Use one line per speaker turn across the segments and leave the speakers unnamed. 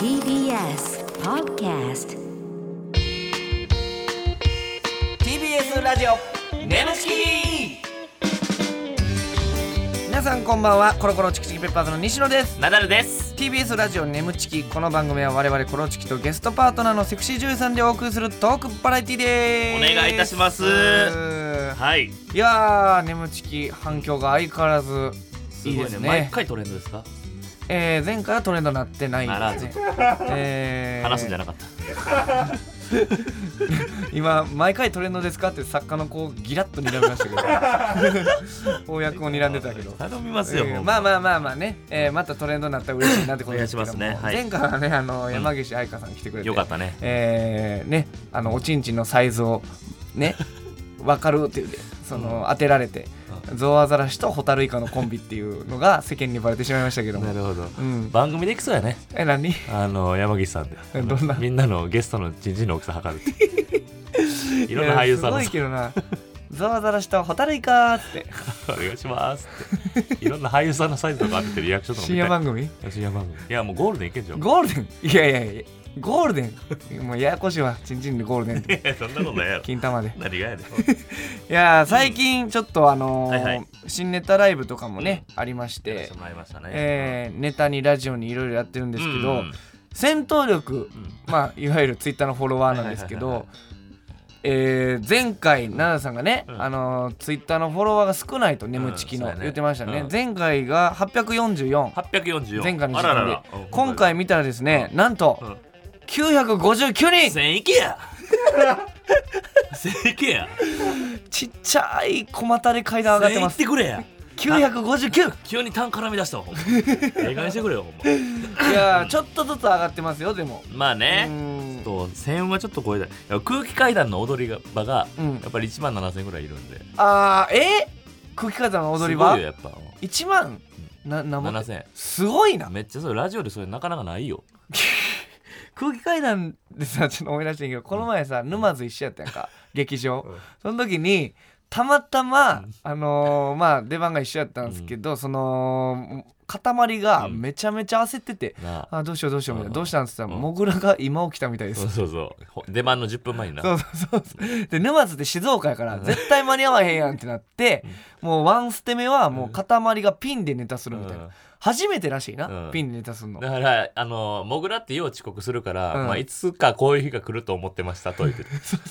TBS Podcast
TBS ラジオ
ネムチ
皆さんこんばんはコロコロチキチキペッパーズの西野です
キナダルです。
TBS ラジオネムチキこの番組は我々コロチキとゲストパートナーのセクシー女優さんでお送りするトークバラエティです
お願いいたします
い
はい。
やーネムチキ反響が相変わらず
す
いい
ごい
で
ね
すね
毎回トレンドですか。
えー前回はトレンドになってない
あらず
ねえー
話すんじゃなかった。
今毎回トレンドですかって作家の子をギラッと睨みました けど公約を睨んでたけど
頼みますよ。
えー
もう
まあまあまあまあね、えーまたトレンドになったら嬉しいなってことですけども
お願いしますねはい
前回はねあの山岸愛香さん来てくれて、
よかったね。
えーねあのおちんちんのサイズを ねわかるっていうねその、当てられてゾウアザラシとホタルイカのコンビっていうのが世間にバレてしまいましたけども
るほど。
うん
番組でいくそうやね。
え何
あの山岸さんで。
どんな
みんなのゲストの人事の大きさ測るって。 いろんな俳優さん
いや
の。
すごいけどなゾウアザラシとホタルイカー って
お願いしますって。いろんな俳優さんのサイズとかあってリアクションとか
深夜番組
組。深夜番組。いやもうゴールデンいけんじゃん。
ゴールデンいやいやいやゴールデンもうややこしいわちんちんでゴールデンって
いやそんなことな いやろ。
金玉で
何がやねん。
いやー最近ちょっとあのー
はいはい
新ネタライブとかもね、ありまし
やらせ
て
て、もらいましたね。
えーネタにラジオにいろいろやってるんですけど、
うん
戦闘力、
ん
まあいわゆるツイッターのフォロワーなんですけ
はいはい
ど、えー前回奈々さんがね、
うん
あのーツイッターのフォロワーが少ないと眠ちき
そう
の
やね
言ってましたね、
うん
前回が844
844。
前回の時
あら
点
ら
で
らうん
今回見たらですねなんと
うん
959人
千いけや千いけや
ちっちゃい小股で階段上がって
千い
ま
っ
す
てくれや
959
急に単絡み出したわほんまええ加減してくれよほんま
いやーちょっとずつ上がってますよでも
まあ
う
ね
ん
と千はちょっと超えたいや空気階段の踊りが場が
うん
やっぱり1万7000ぐらいいるんで
あーえ空気階段の踊り
す
場
ごいよやっぱ
1万な何万
7000
すごいな
めっちゃそれラジオでそれなかなかないよ
空気階段でさちょっと思い出してんけどこの前さ沼津一緒やったやん か劇場
うん
その時にたまたまあのーまあ出番が一緒やったんですけどその塊が
うん
めちゃめちゃ焦ってて
なあ
あどうしようどうしようみたいな
うん
どうしたんって言ったら
うん
モグラが今起きたみたいです
そうそうそうほ出番の10分前にな
そうそうそうで沼津って静岡やから絶対間に合わへんやんってなってもうワンステ目はもう塊がピンでネタするみたいな、
うん
初めてらしいな、
うん
ピンでネタするの
だからあのモグラってよう遅刻するから、
うん
まあ、いつかこういう日が来ると思ってましたと言 って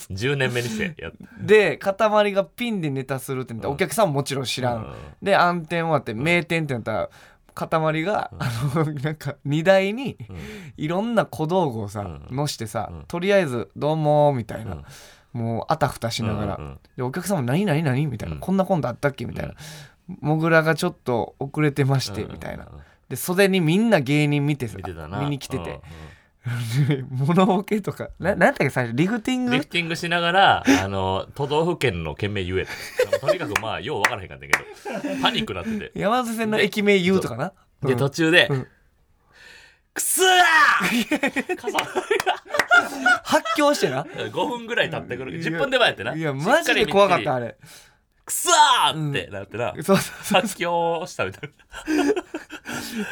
10年目にしてやっ
で塊がピンでネタするってなったら
うん
お客さんももちろん知らん、で暗転終わって名店ってなったら塊が、あの なんか荷台に
うん
いろんな小道具をさ、
うん
のしてさ、
うん
とりあえず「どうも」みたいな、
うん
もうあたふたしながら、
うんうん
でお客さんも「何何何?」みたいな、
うん
こんなコントあったっけ?」みたいな、モグラがちょっと遅れてまして」みたいな、で袖にみんな芸人見てさ
見てたな
に来て
うん
て、 物ボケとかななんだっけ最初リフティン
うん
グ
リフティングしながらあの都道府県の県名言えってとにかくま あようわからへんかったけどパニックなってて
山手線の駅名言うとかな
で
うん
途中で
うん
「くすー!」 重な
発狂してな
る5分ぐらい経ってくる
いや
10分で前やってない
やマジで怖かったあ
れ
れ
「くそー!」ってなってな
そうそうそう
発狂したみたいない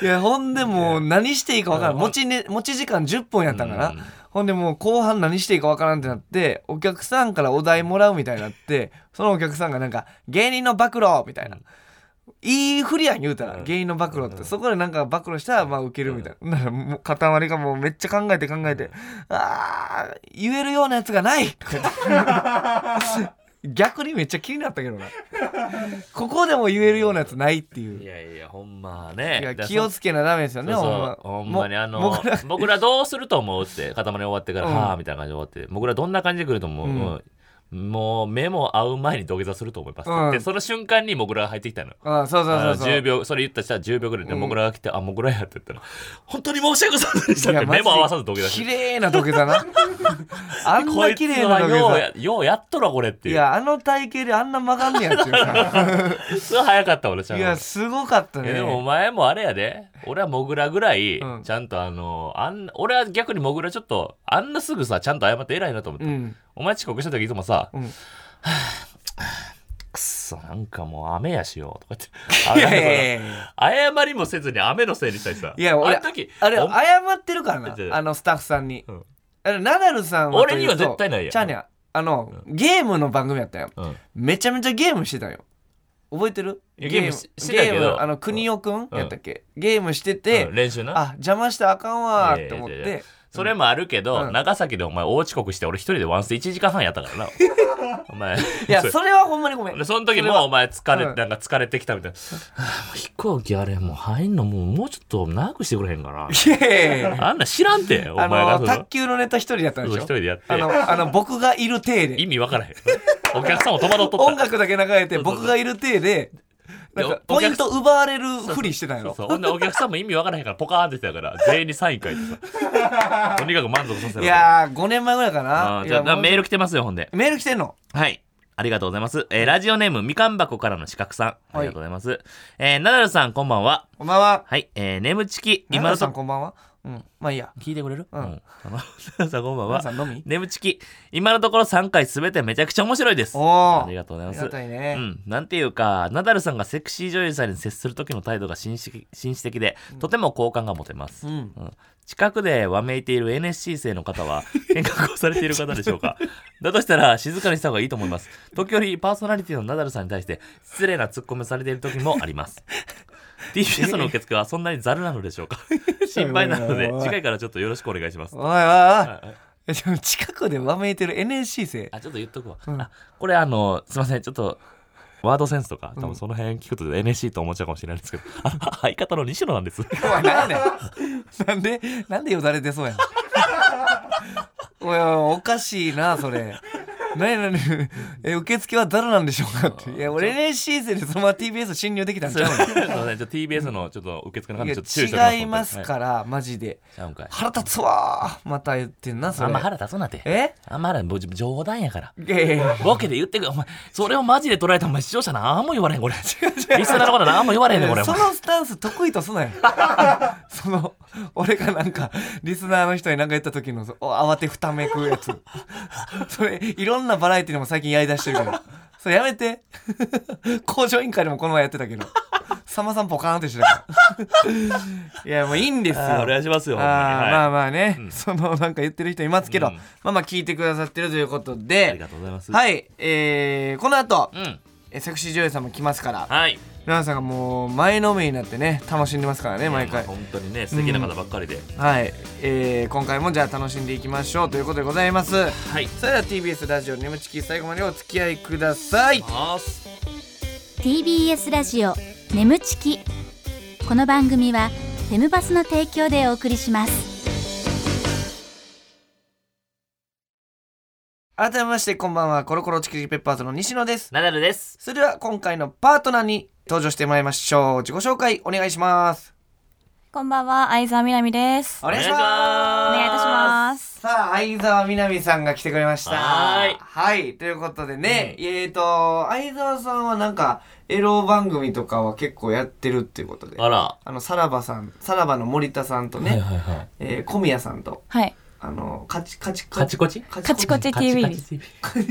やほんでもう何していいか分からん
うん
持ち,、ね、持ち時間10分やったんかな、
うん
ほんでもう後半何していいか分からんってなってお客さんからお題もらうみたいになってそのお客さんがなんか「芸人の暴露」みたいな、
うん
いいふりやん言うたら、
うん
芸人の暴露って、そこでなんか暴露したらまあウケるみたいな、ならもう塊がもうめっちゃ考えて考えて「あー言えるようなやつが ない!」とか言って逆にめっちゃ気になったけどなここでも言えるようなやつないっていう
い
い
やいやほんま
や
ねだから
気をつけなダメですよね
そう
ほん
そう
ま
ほんまに
も
あの
僕ら
僕らどうすると思うって塊終わってから、
うん
はあみたいな感じで終わって僕らどんな感じで来ると思う、
うん
うんもう目も合う前に土下座すると思います、
うん
でその瞬間にモグラが入ってきたの
あそうそうそうそう
あの10秒それ言った人は10秒ぐらいで
うん
モグラが来て「あモグラや」って言ったら「本当に申し訳ございま せんでした」って
マジ
目
で
も合わさず土下座し
綺
て
麗な土下座 なあんな綺麗な土
こいつはよう
下
やようやっとらこれっ
座
てい
いうやあの体型であんな曲がんねやっていうさ
すごい早かった俺ちゃん
い
と
やすごかった
え
ね
でもお前もあれやで俺はモグラぐらい
うん
ちゃんとあの、あん俺は逆にモグラちょっとあんなすぐさちゃんと謝って偉いなと思って、
うん
お前遅刻した時いつもさ「
うん
くそなんかもう雨やしようとか
い
言
や
っ
いや
て
いやいや
謝りもせずに雨のせいにしたりさ
いや俺
あの時
あれ
お
謝ってるから
だって
なあのスタッフさんに、
うん
あのナダルさんはというと
俺には絶対ないやん
ちゃうねんあの、ゲームの番組やったよ
うん
めちゃめちゃゲームしてたよ覚えてる
いやゲームししてた
ゲ
け
ー
ど
ムあの国尾くんやったっけ、ゲームしてて、
うん練習な
あ邪魔したらあかんわーって思っ
いやいやいや
て
それもあるけど、
うん
長崎でお前大遅刻して俺一人でワンス1時間半やったから なお前
い や
そ
それはほんまにごめん
でその時
それは
もお前疲れ、
うん
なんか疲れてきたみたいな、はあもう飛行機あれもう入んのもうもうちょっと長くしてくれへんかな
いやいやいや
あんなん知らんて お
あ
前が
の
その
卓球のネタ一人やったんで
そう
し
一
ょ
人でやって
あのあの僕がいる体
意
で
味わからへんお客さんも戸惑っとった
音楽だけ流れて
そうそうそう
僕がいる体でなんか
でお
ポイント奪われるふりしてたんや
そう
ろ
そうほんでお客さんも意味わからへんからポカーンってしてたから全員にサイン書いて さとにかく満足させろ
いやー5年前ぐらいか
あ
な
ー
い
じゃ
や
あな
もう
メール来てますよほんで
メール来てんの
はい。ありがとうございます。えーラジオネーム、みかん箱からの四角さん。あ
はい
りがとうございます。えーナダルさん、こんばんは。
こんばんは
はい。えー、眠ちき、
今
今
田
の
さ
と
んこんばんはうんまあいいや
聞いてくれる
うん
あの、 ナダルさん、こんばん
今田さ
は。
んのみ
眠ちき、今のところ3回すべてめちゃくちゃ面白いです。
お
あ
お
りがとうござ
あ
い
り
ま
が
す。
たいうね
ん、なんていうかナダルさんがセクシー女優さんに接する時の態度が紳士紳士的でとても好感が持てます、
うん
うん近くでわめいている NSC 生の方 は見学をされている方でしょうかだとしたら静かにした方がいいと思います時折パーソナリティのナダルさんに対して失礼なツッコミをされている時もあります TBS の受付はそんなにざるなのでしょうか心配なので次回からちょっとよろしくお願いします
おいおいおい
あ
いやでも近くでわめいてる NSC 生
あちょっと言っとくわ、
うん
あこれあのすいませんちょっとワードセンスとか多分その辺聞くと NSC と思っちゃうかもしれないですけど、あの相方の西野なん です
おいなんやねんなんでなんでよだれ出そうやねんおいおいおかしいなそれ何何え受付は誰なんでしょうかっていや俺 NSC 生でそのまま TBS 侵入できたんち
すい
ゃ
ま
う
せんちょっと TBS のちょっと受付の
の
方
い
にちょっと注意しておき
や違います
ら、は
からマジで
いちゃうんかい
腹立つわーまた言ってんなそ
あん
れ
ま腹立つなって
え
あんま腹ぼ冗談やから
いやいやいや
ボケで言ってくれお前それをマジで捉えたらお前視聴者なんも言われへんこれリスナーのことなんも言われへんねこれお
そ
前
のスタンス得意とすな よその俺がなんかリスナーの人に何か言った時のそお慌てふためくや つそれいろんなバラエティでも最近やりだしてるけどそれやめて 工場委員会でもこの前やってたけどさんまさんポカーンってしてたから いやもういいんですよ
あお願いしますよ
あ
ほんま
ー
にはい
まあまあね、そのなんか言ってる人いますけど、
うん
まあまあ聞いてくださってるということ
あり
で
がとうございますい、
はいえー、この後、
うん
えセクシー女優さんも来ますから
はい
皆さんがもう前のめりになってね楽しんでますからね毎
まあ
回
本当にね素敵な方ばっかりで、
はい、えー今回もじゃあ楽しんでいきましょうということでございます
はい
それでは TBS ラジオ「眠ちき」最後までお付き合いください
あーす
TBS ラジオ眠ちきこの番組はフェムバスの提供でお送りします
改めましてこんばんはコロコロチキチキペッパーズの西野です
ナダルです
それでは今回のパートナーに登場してもらいましょう自己紹介お願いします
こんばんは、相沢みなみです。
お
お
願いし
お
ます
願いいたします。
さあ相沢みなみさんが来てくれました
はーい
はいということでね、
う
えーと相沢さんはなんかエロ番組とかは結構やってるっていうことで
あら
あの、さらばさん、さらばの森田さんとね、
はいはいはい
えー小宮さんと、
はい。
あの、カチカチ
カチコチ
カ
カチコチ TV です。
チ
カチ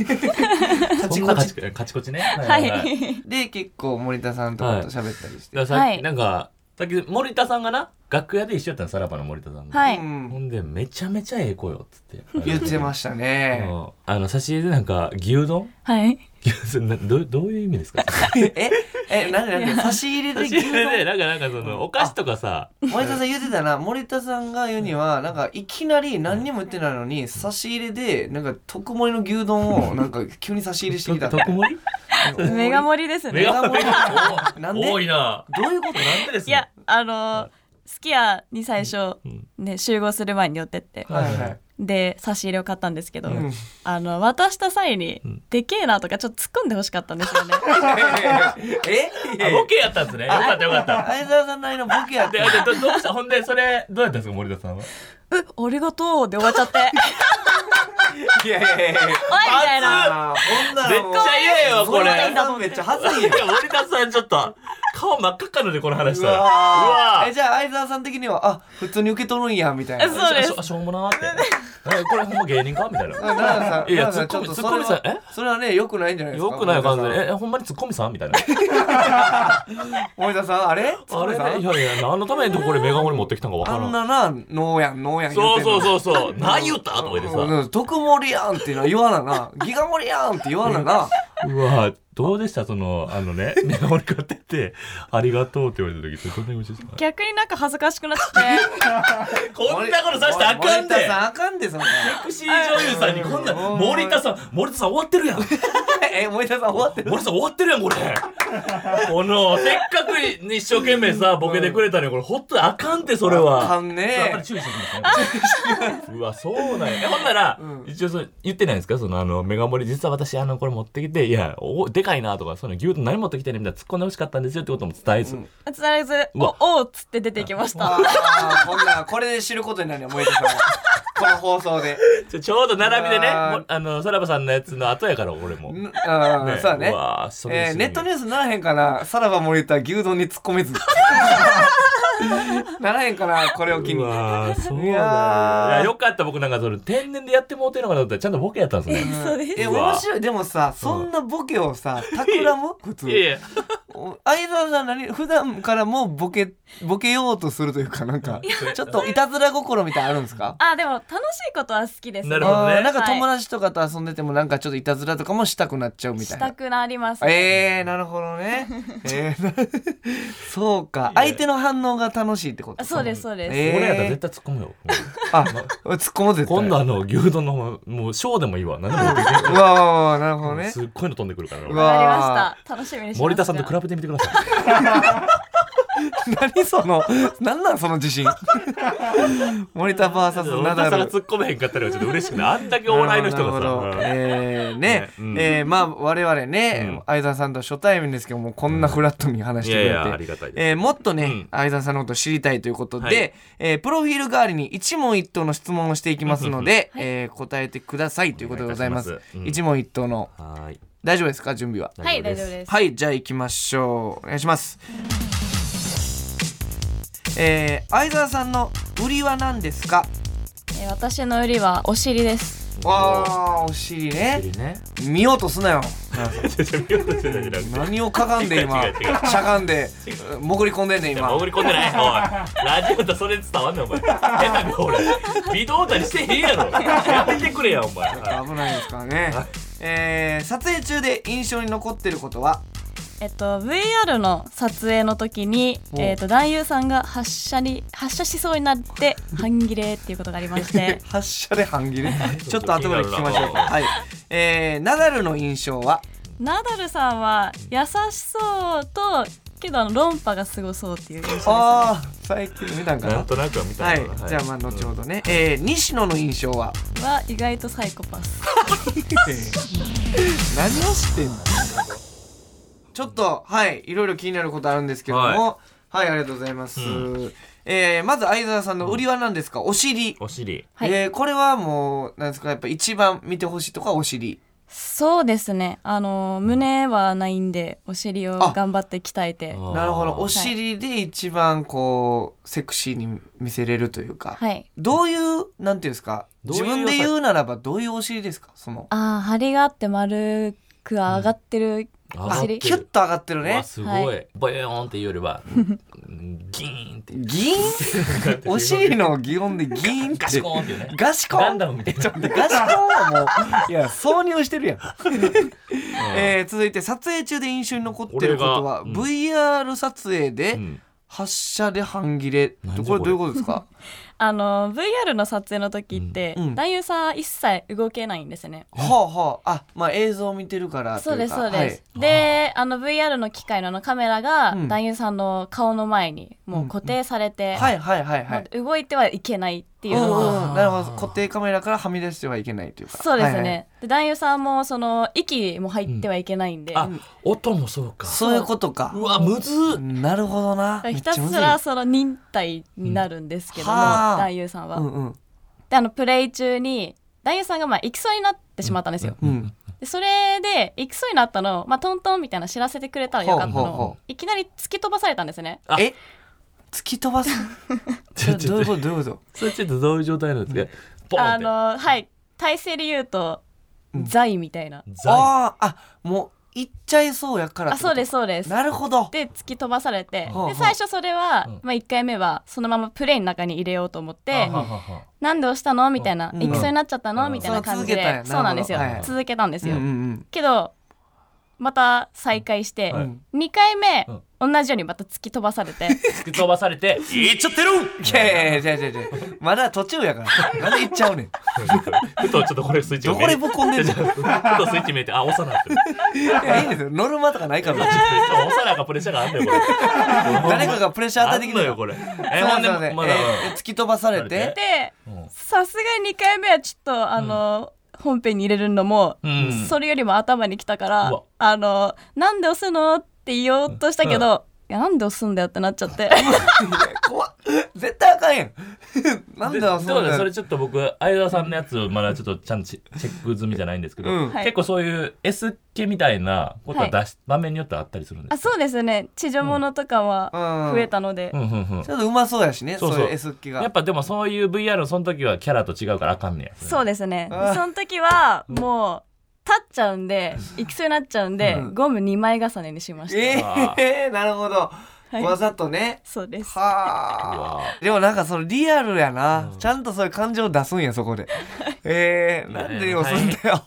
そ
コ
んなカ
チ
チ。コチカチコチね
は。
はいい
で、結構森田さんとかと喋ったりして。
だからさっ
は
き
い
なんかさっき森田さんがな楽屋で一緒やったのさらばの森田さんが
はい
ほ
うん
んでめちゃめちゃええ子よっつって
言ってましたね。
うんあの差し入れでなんか牛丼
はい。
牛丼などうどういう意味ですか
え、え、なんでなんで差し入れで
差し
牛
入れで
丼
なんかなんかそのお菓子とかさ
森田さん言ってたな、森田さんが言うには、なんかいきなり何にも言ってないのに、差し入れで、なんか特盛りの牛丼を、なんか急に差し入れしてきたって。
特盛り
メガ盛りです
メ
ね。
ガ盛り
おなんで
多いな
どういうこと
なんでです
いや、あのー、すき家に最初
うん、
ね、集合する前に寄ってって、
はいはい。
で、差し入れを買ったんですけど、
うん
あの、渡した際に
うん、
でけえなとかちょっと突っ込んでほしかったんですよ ね。
え
あボケやったんですねよかったよかった
相沢さんなりのボケやっ
で
て
でどどうしたほんでそれどうやったんですか森田さんは
え、ありがとうで終わっち ゃって、
いやいやいや
おいみたいな。
あー女
めっちゃ嫌よこれ
めっちゃ恥ずいよ
いや森田さんちょっと顔真っ赤っかのでこの話
う
したら
わーえ
うわ
じゃあ相沢さん的にはあ普通に受け取るんやみたいな
そうです
しょしょうもなーってえこれほんま芸人かみたいな。
奈々さん
いや
奈々さんちょっと
ツッ
そ
コ
れ
ミ
は
ツッコミさん
それはね良くないんじゃないです
よ
か
くない感じ
森田さん
で、え、ほんまにツッコミさんみたいな。
森田さんあれ
あれね、い
ね
やいや、何のためにこれメガ盛り持ってきたんかわか
あ
ら
ん
ん。
ななノーやんノーやん
そうそう
う
そうそう、何言ったとか言ってさ。
うん特盛りやんっていうのは言わななギガ盛りやんって言わな な
うわどうでしたその、あのね、 メガ盛り買ってて、ありがとうって言われた時、それどんな気持ちですか
逆になんか恥ずかしくなっち ゃって
こんなことさしてあかん
森田
で
さんあかんでそんな
セクシー女優さんにこんな、森田さん、森田さん終わってるやん
え森田さん終わってる
森田さん終わってるやんこれこのせっかくに一生懸命さボケてくれたのにこれほっとあかんってそれは
あかんね
やっぱり注意してきますね うわそうなんやえほんなら、一応その言ってないんですかそのあのメガ盛り実は私あのこれ持ってきていやおでかいなとかその牛丼何持ってきてねみたいな突っ込んでほしかったんですよってことも伝えず、
とりあえず「
うわ
おおう」っつって出ていきました
あーこんなんこれで知ることになるよ森田さん はこの放送で
ちょちょうど並びでね
うわー
もあのさらばさんのやつの後やから俺も、
んうんそうだね
わーそれ
えー
すごい
ネットニュースならへんかなさらば森田牛丼に突っ込めず ならへんかなこれを機
う
に
わーそうなん
い
や
やー
いやよかった僕なんかそれ天然でやってもうてんのかなと思ったらちゃんとボケやったんですね
そうです
え
うわ
面白いでもさそんなボケをさ企む普通
いやいや
お相沢さん何普段からもうボケボケようとするというかなんかちょっといたずら心みたいなのあるんですか
あでも楽しいことは好きです
なるほど
あ
ね
ーなんか友達とかと遊んでてもなんかちょっといたずらとかもしたくなっちゃうみた
し
いな
たくなります
えー、なるほどね。 えー、 そうか。相手の反応が楽しいってこと
そうですそうです、
えー
俺やったら絶対突っ込むよ。
あ、突っ込もう絶対。
今度あの牛丼のもうショーでもいいわ。何でもでき
うわうわうわなるほど
る。
ね。
すっごいの飛んでくるからな
う
俺。
わ
わかりました楽しみにします
森田さんと比べてみてください。
何その、なんなんその 自信。森田 VS ナ
森
ダ
田さんが
ル。
突っ込めへんかったらちょっと嬉しくない。あんだけお笑いの人が
なるほど
さ。
えー、ね
ね、うん
えーまあ我々ね、
うん
相沢さんと初対面ですけどもこんなフラットに話
い
して
や
くれて、
いやありがたいです。
えーもっとね、
うん
相沢さんのことを知りたいということで、
はい
えープロフィール代わりに一問一答の質問をしていきますので、えー答えてくださいということでございます
お願いいたしますうん
一問一答の
はーい。
大丈夫ですか準備は
はい大丈夫です、
はいじゃあ行きましょうお願いしますえー、相沢さんの売りは何ですか
えー私の売りはお尻です
わあお尻ね
ね。
見ようとす なよ
ちょちょ見ようとしてないじゃなくて。
何をかがんで今
違う違う違
しゃがんで潜り込んでんねん
いや
今
潜り込んでない。おい。ラジオだそれ伝わんねんお前。変な顔俺。微動だにしてへんやろ。やめてくれやお前。はい
危ないですからね
はい
えー、撮影中で印象に残ってることは
えっと VR の撮影の時に
お
えっと男優さんが発射に発射しそうに なって半切れっていうことがありまして
発射で 半切れちょっと後から聞きましょうか
気になるな
はいえー、ナダルの印象は
ナダルさんは優しそうとけどあの論破がすごそうっていう印象です、ね、
ああ最近見たんか
なん
な
となくは見た
は
ようない
じゃあまあ後ほどね、えー、西野の印象 は
は意外とサイコパス
何をしてんのちょっとはいいろいろ気になることあるんですけども
はい
はい、ありがとうございます、えー、まず相沢さんの売りは何ですか、お尻
お尻。
はい
えーこれはもうなんですかやっぱ一番見てほしいとかお尻
そうですねあの胸はないんでお尻を頑張って鍛えて
なるほどお尻
尻。
で一番こうセクシーに見せれるというか、
はい
どういうなんていうんですか
どういう
自分で言うならばどういうお尻ですかその
ああ張りがあって丸く上がってる、
上がっ
お
てる
尻
キュッと上がってる
うわ
ね
す
は
ごい。ボヨーンっていうよりは、うんギーンって。
ギーンお尻の擬音でギーンって
ガシコーンっていうね。
ガシコン
ガンダムみたいな
ちょっと待ってガシコンはも ういや挿入してるやん、えー続いて撮影中で印象に残ってることは、
俺がうん
VR 撮影で、
うん
発射で半切れ
なんじゃ
これど
こ
ういうこ
れ
とですか
あの VR の撮影の時って、
うんうん
男優さん一切動けないんですね。
はあはああまあ映像を見てるからと
そう
い
で
か
すそうです、であの VR の機械のあのカメラが
うん
男優さんの顔の前にもう固定されて、
はい、はいはいはいはい
まあ動いてはいけないっていう
うん
のは、
うんなるほど固定カメラからはみ出してはいけないというか
そうですね、
はいはい
で男優さんもその息も入ってはいけないんで、
あ、音もそうか。
そういうことか
うわ、むずっ
なるほどな
ひたす
めっちゃ
ら
むず
その忍耐になるんですけども、
うんはあ
男優さん
い
は。
うんうん
であのプレイ中に男優さんがまあ行きそうになってしまったんですよ。
うん
でそれで行きそうになったのを、まあ、トントンみたいな知らせてくれたらよかった
ほうほうほ
のいきなり突き飛ばされたんですね。
あ
え突き飛ばす
ちょち
どうい
ょ
う
ち
こ
ょ
とどういうこと
それちょっとどういう状態なんですかボ
あ
ーンっ
のはい体勢で言うと
うん
財みたいな、
てザ
ああーあもう行っちゃいそうやから
あそうですすそうです
なるほど
で突き飛ばされて
はあ
で最初それは、
うん
まあ、1回目はそのままプレイの中に入れようと思っ
イ
て
ははは
「なんで押したの?」みたいな「
うん
行きそうになっちゃったの?
うん
みたいな感じ
そう続けたんや
でそうなんですよ、
なるほどはい
続けたんです
うん
よ、
うんうん
けどまた再開して、
はい
2回目、
う
同じようにまた突き飛ばされ て
突き飛ばされて「いっちゃってる!」
いやいやいやいやいやまだ途中やから なんで行っちゃうねん
ふとちょっとこれスイッチ
どこで
ふ
ぼこんでんのい
とスイッチ見えてあ押さ なってる
やいいですよノルマとかないから
押さながプレッシャーがあんだよこれ
誰かがプレッシャー与えてき
あんの
て
よこれえ
そうな
ほ
んんで
で
すよね
ま
え
だ
ー突き飛ばされて
で
うん
さすがに2回目はちょっとあの、本編に入れるのも、
うん
それよりも頭にきたから
うわ
「あのなんで押すの?」って言おうとしたけど、いやなんで押すんだよってなっちゃって。
怖っ絶対あかんやん なんで
で
遊ん
どうだ
だ
それちょっと僕相沢さんのやつまだちょっとちゃんとチェチェック済みじゃないんですけど、
うん
はい
結構そういう S 系みたいなことは出し、場面によってはあったりするんで
あ
す
そうですね地上物とかは
うん
増えたので、
うんうんうん
ちょっとうまそうやしね
そう
そ
そう
ういう S 気が
やっぱでもそういう VR のその時はキャラと違うからあかんねや
そうですね
あー
その時はもう立っちゃうんで行きそうになっちゃうんで、
うん
ゴム2枚重ねにしました、
え
あ
えなるほど
い
わざとね
そうです
う
はあ
わ
でもなんかそのリアルやな、
うん
ちゃんとそういう感情出すんやそこでえー、なんでよすんだよ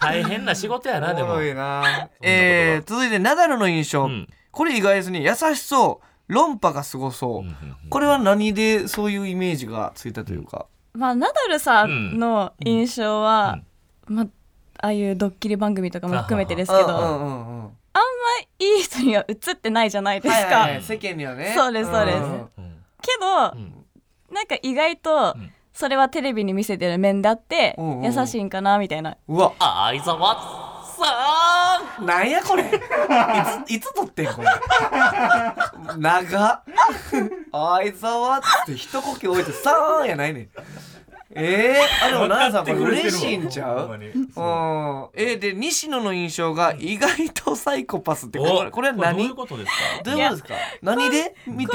大変な仕事やなで
おも
も
ろいな
とが
えー、続いてナダルの印象、
うん
これ意外ですね優しそう論破がすごそう、
うんうんうん
これは何でそういうイメージがついたというか、
まあナダルさんの印象は、まあああいうドッキリ番組とかも含めてですけ
う
ど、
ん
まあ
うんうんうん
いい人には映ってないじゃないです
は
か、
いはいはい世間にはね
そうですそうです
ん
うん
けど、
うん
なんか意外と
うん
それはテレビに見せてる面であって、
うんうんうん
優しいんかなみたいな
うわ
相沢さん
なんやこれいついつ撮ってんこれ長っ相沢って一呼吸置いてさーんやないねんえー、あでも奈々さんこれ嬉しいんちゃ
ほんま
う
に
うんえー、で西野の印象が意外とサイコパスって
お
これこれは何
どうい
ど
うことです
ういうことですか何で見て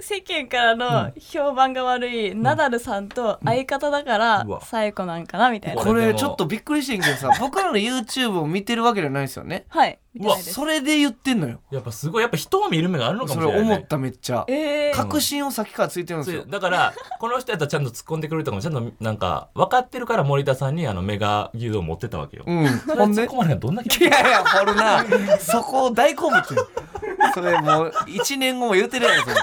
世間からの評判が悪いナダルさんと相方だか
うんうわ
ら最後なんかなみたいな
こ
こ
れでも
れちょっとびっくりしてんけどさ僕らの YouTube を見てるわけじゃないですよね
はいみ
う
た
わ
いです
それで言ってんのよ
かやっぱすごいやっぱ人を見る目があるのか
そ
もし
れ
れないね、
思っためっちゃ
えー、
確信を先からついてるんです
そ
よ
うだからこの人やったらちゃんと突っ込んでくれるとかもちゃんとなんか分かってるから森田さんにあのメガ牛丼持ってたわけよ、
うん
それ
ほん
突っ
で
込まれるのどんだけ
いやいや、掘るな。そこを大好物よ。それもう、一年後も言ってるやろ、それ。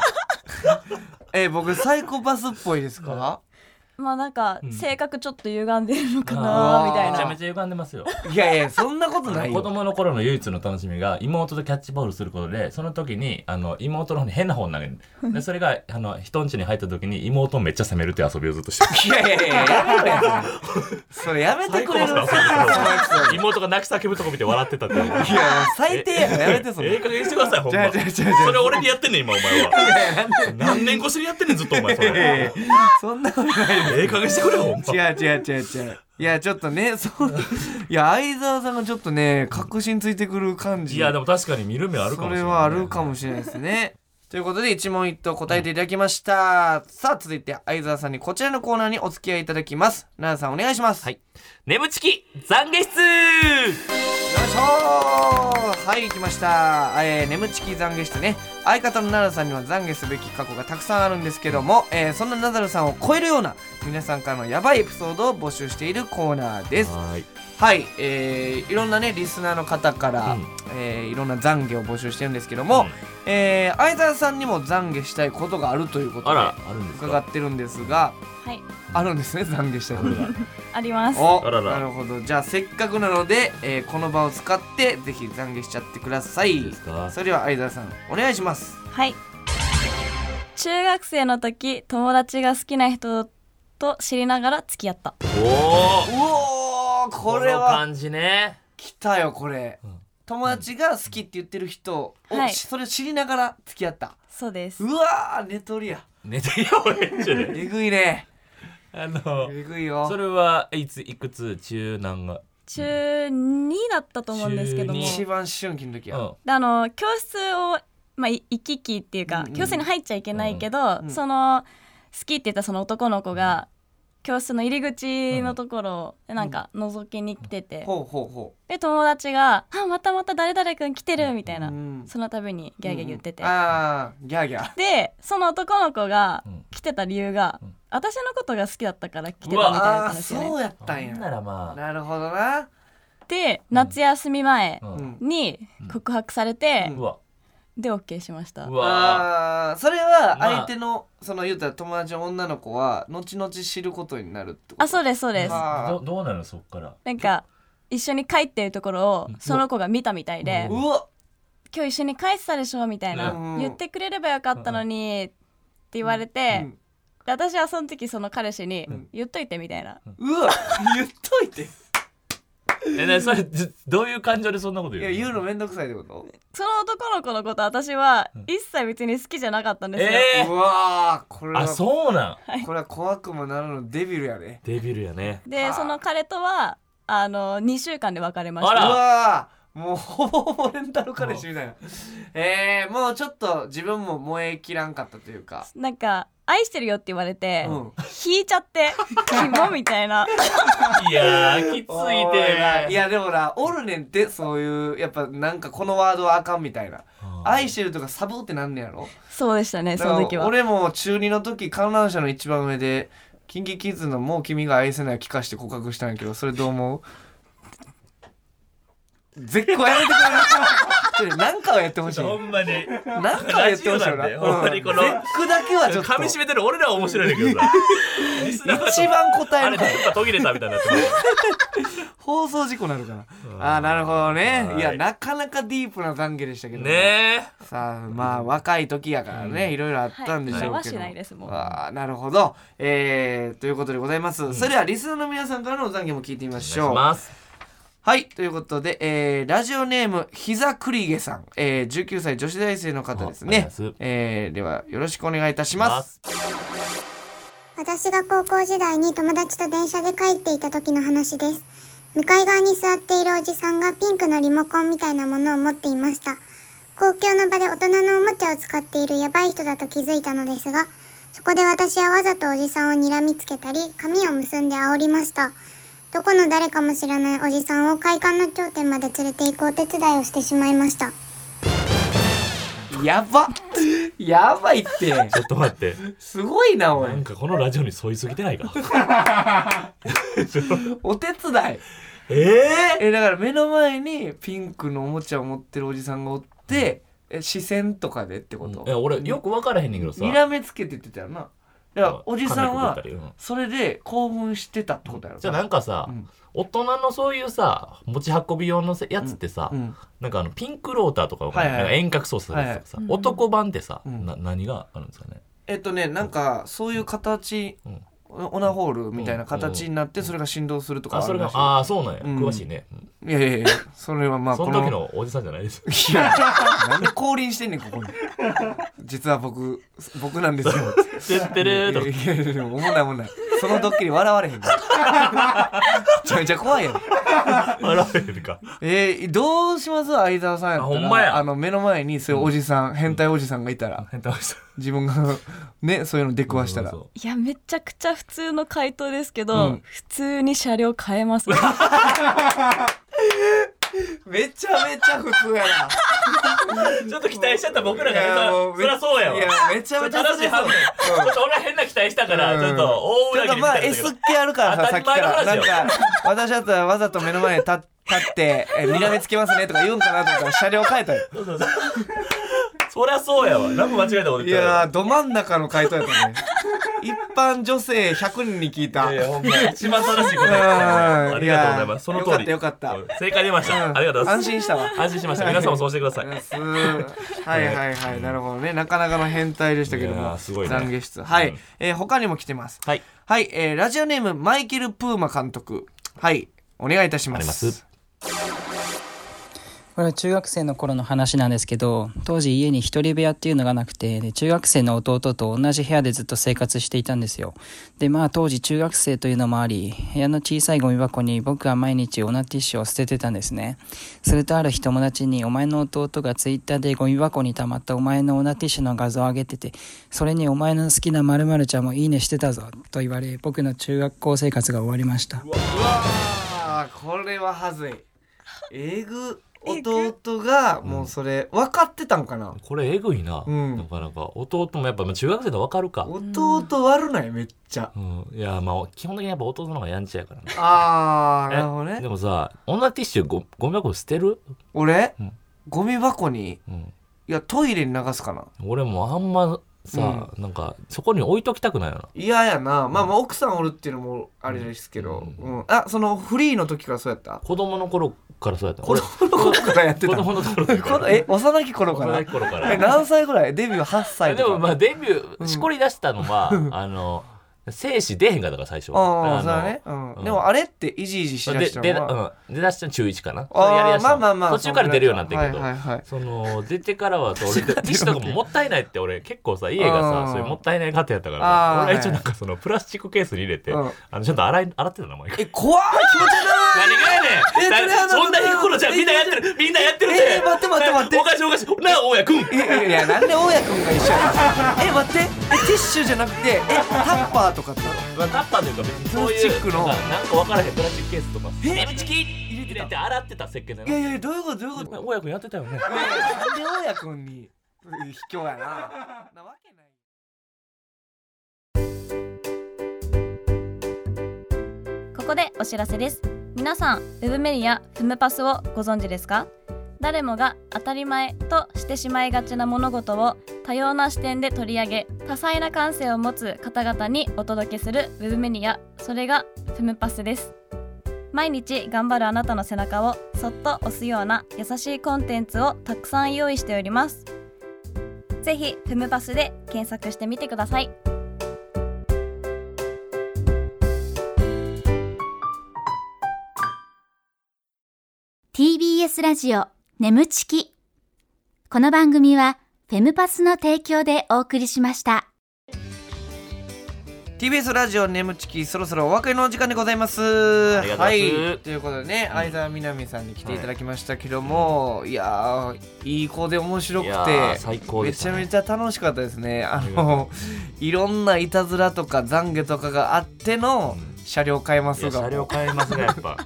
え、僕、サイコパスっぽいですか
まあなんか
うん
性格ちょっと歪んでるのか
あ
な
ー
みたい
めちゃ
な
めちゃ歪んでますよ
いやいや、そんなことない
子
よ。
供の頃の唯一の楽しみが妹とキャッチボールすることでその時にあの妹の方に変な方を投げる でそれがあの人ん家に入った時に妹をめっちゃ責めるっていう遊びをずっとして る
いやいやいや、やめろや。それやめてくれる。
最高だな妹が泣き叫ぶとこ見て笑ってたっていう
いや、最低やからやめて、そ
ええ
れ。
加減にしてくださいほん
じゃ
ま
あじゃあじゃあじゃあ
それ俺にやってんねん今お前は何年越しにやってんねんずっとお前そ
いやい
れ
やそんなことない。
ええ加減してくれよほんま
違う違う違う違う。いや、ちょっとね、そう、いや、相沢さんがちょっとね、確信ついてくる感じ。
いやでも確かに見る目あるかもしれない
それはあるかもしれないですね。 ということで一問一答答えていただきました。さあ続いて相沢さんにこちらのコーナーにお付き合いいただきます。奈々さんお願いします。
はい眠ちき懺悔室
よいしょーはい来ました、えー、眠ちき懺悔してね相方の奈良さんには懺悔すべき過去がたくさんあるんですけども、えーそんなナダルさんを超えるような皆さんからのヤバいエピソードを募集しているコーナーです
はーい
はい、えーいろんなねリスナーの方から、
うん
えーいろんな懺悔を募集してるんですけども、えー相沢さんにも懺悔したいことがあるということ
あ
で
らあるんです
伺
か
ってるんですが
はい
あるんですね懺悔したいことが
あります
お
あらら
なるほどじゃあせっかくなので、えーこの場を使ってぜひ懺悔しちゃってください
いいですか
それでは相沢さんお願いします
はい中学生の時友達が好きな人と知りながら付き合った
お
う
お
おーこれ
の
は
感じね
来たよこれ、
うん
友達が好きって言ってる人を、
はい
それを知りながら付き合った
そうです
うわー寝取りや
寝てよ俺んち で
えぐいね
あの
えぐいよ
それはいついくつ中何が
中2だったと思うんですけども
中二
一番思春期の時
う
や、
ん
であの教室をまあ、い行き来っていうか、
うんうん
教室に入っちゃいけないけど、
うん
その好きって言ったその男の子が教室の入り口のところをなんか覗きに来てて、
ほうほうほ
で友達が「あまたまた誰々君来てる」みたいうな、
うん
その度にギャーギャー言ってて、
うんああギャーギャー
でその男の子が
うん
来てた理由が、
うん
私のことが好きだったから来てたみ
うわ
たいな
ああ
話よ
そう
ね。
やったん
ほんな
や
らまあ
なるほどな
で夏休み前
うん
うん
に告白されて、
うん
うわ
で OK しました
う。わ
ああーそれは
まあ
相手のその言うたら友達の女の子は後々知ることになるってこと
あそうですそうです。
あー
どどうなのそっから
なんか一緒に帰ってるところを
うん
その子が見たみたいで
う
うわ
「今日一緒に帰ってたでしょ」みたいな
うん
「言ってくれればよかったのに」って言われ
う
て
ん
で私はその時その彼氏に
ん
「言っといて」みたいな
うわ 言っといて
えねそれずどういう感情でそんなこと
い
言う
や
の
言うのめんどくさいってこと
その男の子のこと私は
うん
一切別に好きじゃなかったんですよ、
えー
うわーこれは
あそうなん
これは怖くもならぬデビルやね
デビルや
は
ね
あ
でその彼とはあの2週間で別れまし
あ
う
ら
た
わーもうほぼほぼレンタル彼氏みたいなえー、もうちょっと自分も燃えきらんかったというか
なんか「愛してるよ」って言われて、
うん
引いちゃって「キモ」みたいない
や ーきついて
いやでもなおるねんってそういうやっぱなんかこのワードはあかんみたいな愛してるとかサブってなんねやろ
そうでしたねその時は
俺も中二の時観覧車の一番上でキンキキッズの「もう君が愛せない」聞かして告白したんやけどそれどう思う絶好やめてくれ なちょっとなんかはやってほしい
ほん まに
なんかはやってほしいよな
ラジオなんでほんまにこの
絶句だけはちょっと
噛み締めてる俺らは面白いねんだ けどさリスナーは
一番答
あ
え
れ
る
ど
か
っ
ら
か途切れたみたいになってる
放送事故なるから
うん
ああーなるほどね
は
い
い
やなかなかディープな懺悔でしたけど
ね
さあまあ若い時やからね、いろいろあったんでしょうけど、
はいそれはしないですもん
ああなるほど、えーということでございます、それではリスナーの皆さんからのお懺悔も聞いてみま
え
し
お願い
ょう
します
はいということで、えーラジオネームひざくりげさん、えー19歳女子大生の方です
ああり
ね
がとうございます
えーではよろしくお願いいたします
私が高校時代に友達と電車で帰っていた時の話です。向かい側に座っているおじさんがピンクのリモコンみたいなものを持っていました。公共の場で大人のおもちゃを使っているやばい人だと気づいたのですが、そこで私はわざとおじさんを睨みつけたり、髪を結んで煽りました。どこの誰かも知らないおじさんを会館の頂点まで連れて行くお手伝いをしてしまいました。
やばやばいって
ちょっと待って
すごいなおい
なんかこのラジオに沿いすぎてないか
お手伝い
ええ
えだから目の前にピンクのおもちゃを持ってるおじさんがおって、え視線とかでってこと、
いや俺よく分からへんねんけどさ
にらめつけてって言ってたよなだからおじさん
噛
は
んでくれたりうん
それで興奮してたってことやろ
じゃあなんかさ、
うん
大人のそういうさ持ち運び用のせやつってさ、
うん
なんかあのピンクローターとかわかんない
はいはい
なんか遠隔操作されてたさ、
はいはい
男版ってさ、
うん
な何があるんですかね、
えっとねなんかそういう形、
うん
オナホールみたいな形になってそれが振動するとか
あそれ
る
が
らしい
ああそうなんや、
うん
詳しいね、うん
いやいやいやそれはまあ
そ
こ
の
の
時のおじさんじゃないです
い やなんで降臨してんねんここに実は僕僕なんですよ
知ってると
い
か
やいやいやでもおもんないおもんないそのドッキリ笑われへんからめちゃめちゃ怖いやん
笑えるか
えー、どうします相沢さんやったら
あほんまや
あの目の前にそういうおじさん、変態おじさんがいたら
変態おじさん
自分がねそういうの出くわしたら
そうそう
いやめちゃくちゃ普通の回答ですけど、
うん
普通に車両変えますね
めちゃめちゃ普通 やな
そうちょっと期待しちゃった僕らが
いや
さ
も
そりゃそうやわ
いやめちゃめちゃ
正しい反
う
面
ん
ちょっと俺は変な期待したから、
うん
ちょっと大
な
裏
ん
切
か
りみ
まあ
たい
S
な
っ気あるからさ
当
さ
た
っき
り
か
前の
ら
話
なん
よ
か私だったらわざと目の前に立立ってえ睨みつけますねとか言うんかなと思ったら車両変えたよ
そりゃそうやわ何も間違えたこと
い
言ったら
やーど真ん中の回答やったね一般女性100人に聞いた
いやいやほんま一番正しいこと
うん
ありがとうございます。その通り。
よかったよかっ
正解出ました。ありがとうございます。
安心したわ
安心しました。皆さんもそうしてください。
すはいはいはい、なるほどね。なかなかの変態でしたけど
いや
も。
ーすごいね
懺悔室。はい、
うん
えー他にも来てます。
はい。
はい、えーラジオネーム、マイケル・プーマ監督。はい、お願いいたします。
あります
これは中学生の頃の話なんですけど、当時家に一人部屋っていうのがなくて、で中学生の弟と同じ部屋でずっと生活していたんですよ。で、まあ当時中学生というのもあり、部屋の小さいゴミ箱に僕は毎日オナティッシュを捨ててたんですね。するとある日友達に、お前の弟がツイッターでゴミ箱に溜まったお前のオナティッシュの画像を上げてて、それにお前の好きな〇〇ちゃんもいいねしてたぞ、と言われ、僕の中学校生活が終わりました。
あーこれははずいえぐ弟がもうそれ分かってたんかな、
これえぐいな、
うん
なかなか弟もやっぱまあ中学生でわかるか、
弟悪ないめっちゃ
うん、いやまあ基本的にやっぱ弟の方がやんちゃやからね
あーなるほど
えで
ね
もさ女ティッシュごゴミ箱捨てる、
俺、
うん
ゴミ箱に
うん、
いやトイレに流すかな
俺もあんまさ、なんかそこに置いときたくないよな
嫌やなまあまあ奥さんおるっていうのもあれですけど、
う
うんんあそのフリーの時からそうやった
子供の頃からそうやった
子供の頃からやって
子
た
供の頃から
このえ幼き頃か
幼
ら
い頃か
え
ら
何歳ぐらいデビュー8歳
で
とか
もまあデビューしこり出したの は、あの精子出へんかったから最初
ああ
あ
そう
の
だね、うん
うん
でもあれってイジイジしだ
で
した
で、
のは
うん、出だしたの中1かな
あー
やりだした
まあ
の
まあまあ
途中から出るようになってんけど、
はいはいはい
その出てからはさ俺ティッシュとかももったいないって俺結構さ家が
あ
さ
ー
そういうもったいない家庭やったか
あ
ら
ー
俺は一応なんかそのプラスチックケースに入れて、
うん
あのちゃんと洗い洗ってたの毎回。
え怖い気持ち悪
何がやねん
え
だ
それは
そんな
なん
に
だ
このじゃんみんなやってるみんなやってるって
えー待って待って待って
おかしいおかしいなあ大家君
いいやいやいやなんで大家君が一緒やねんえ待ってえティッシュじゃなくてえタッパーとかってこと
まあタッパーというか別にそういう
プラスチックの
なんかなんか分からへんプラスチックケースとか
え
ネムチキ入れて洗ってた設計だ
いや
ない
やどういうことどういうこと
大家君やってたよね
いやいやなんで大家君に 卑怯やななわけない
ここでお知らせです皆さんウェブメディアフムパスをご存知ですか誰もが当たり前としてしまいがちな物事を多様な視点で取り上げ多彩な感性を持つ方々にお届けするウェブメディアそれがフムパスです毎日頑張るあなたの背中をそっと押すような優しいコンテンツをたくさん用意しておりますぜひフムパスで検索してみてください
ー TBS ラジオ眠ちきこの番組はフェムパスの提供でお送りしました
TBS ラジオ眠ちきそろそろお別れのお時間でございます
りがとうご
は
ざい
い
ます
ということでね相沢みなみさんに来ていただきましたけども、い、やーいい子で面白
い
く
やー
て
最高で
め
した
ち
ね
ゃめちゃ楽しかったですねあ
りがとう
のいろんないたずらとか懺悔とかがあっての
う
車両買えま
い
す
や
が
車両変えますねやっ ぱで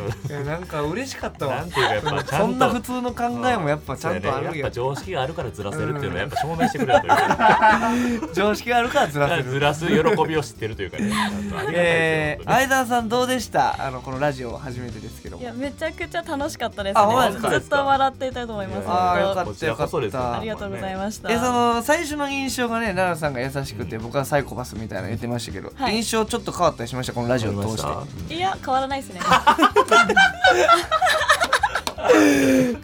も
いやなんか嬉しかった
な
わ
んていうかやっぱちゃ
そ
ん
ん
と
な普通の考えもやっぱちゃんとあ
そうや
る
ねや
よ
っぱ常識があるからずらせるっていうのはやっぱ証明してくれるというか
常識があるからずらせる
ずらす喜びを知ってるというかねなんかありがたいで
え
す
ー、
よ本
相沢さんどうでしたあのこのラジオ初めてですけど
い
も
やめちゃくちゃ楽しかったです
あほんまですか
ね。ずっと笑っていたいと思います。
あーよか
本
った
当こちらこそですよ
よかった
当ありがとうございました。
えその最初の印象がね奈良さんが優しくて、僕はサイコパスみたいなの言ってましたけど、
はい
印象ちょっと変わったりしましたこのラジオを通して
思いま
いや変わらないですね。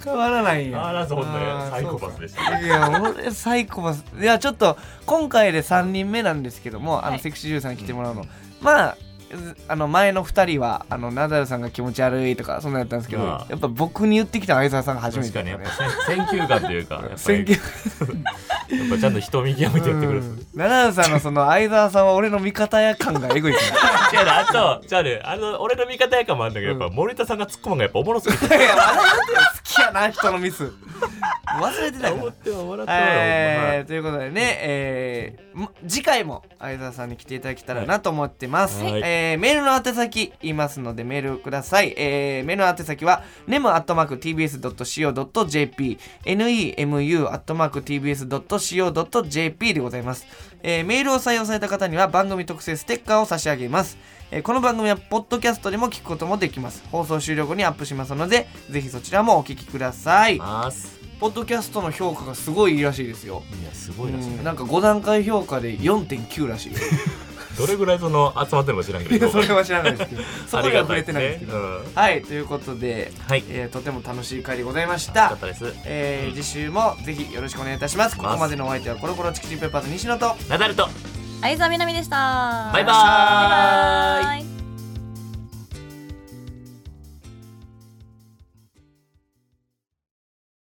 変わらないん
したあらそんなサイコパスで
し
した
い
ね
や俺サイコパスいやちょっと今回で3人目なんですけどもあ
は
の
い
セクシー女優さんに来てもらうの、まあずあの前の2人はあのナダルさんが気持ち悪いとかそんなのやったんですけど、
まあ
やっぱ僕に言ってきたのは相沢さんが初め
確
て
か
だ
に
ね
やっぱ選球眼というかやっぱり
選挙
やっぱちゃんと人見極めてやってくれるんですね
奈良さんのその相沢さんは俺の味方や感がエグい から
違うなあとじゃあねあの俺の味方やかもあるんだけどやっぱ森田さんが突っ込むのがやっぱおもろすぎて
いや笑うて好きやな人のミス忘れてた
思っては笑っては
えー、ということでね、えーま次回も相沢さんに来ていただけたらなと思ってます、
はい
えーメールの宛先言いますのでメールをください、えーメールの宛先は nemu.tbs.co.jp nemu.tbs.co.jp でございます、えーメールを採用された方には番組特製ステッカーを差し上げますえーこの番組はポッドキャストでも聞くこともできます放送終了後にアップしますのでぜひそちらもお聞きください
ます
ポッドキャストの評価がすごいいいらしいですよ
いやすごいなそれ
うんなんか5段階評価で4.9らしいよ
どれぐらいその集まってるのか知らん
い
け
や
ど
それは知らないですけど そこには触れてないですけど
ありがたいですね
はいということで、
うんはい
えーとても楽しい回でございまし
よか
た
ったです
えー次週もぜひよろしくお願いいたしますここまでのお相手はコロコロチキチキペッパーズ西野と
ナダルと
相沢みなみでした。
バイバーイ
バイバーイ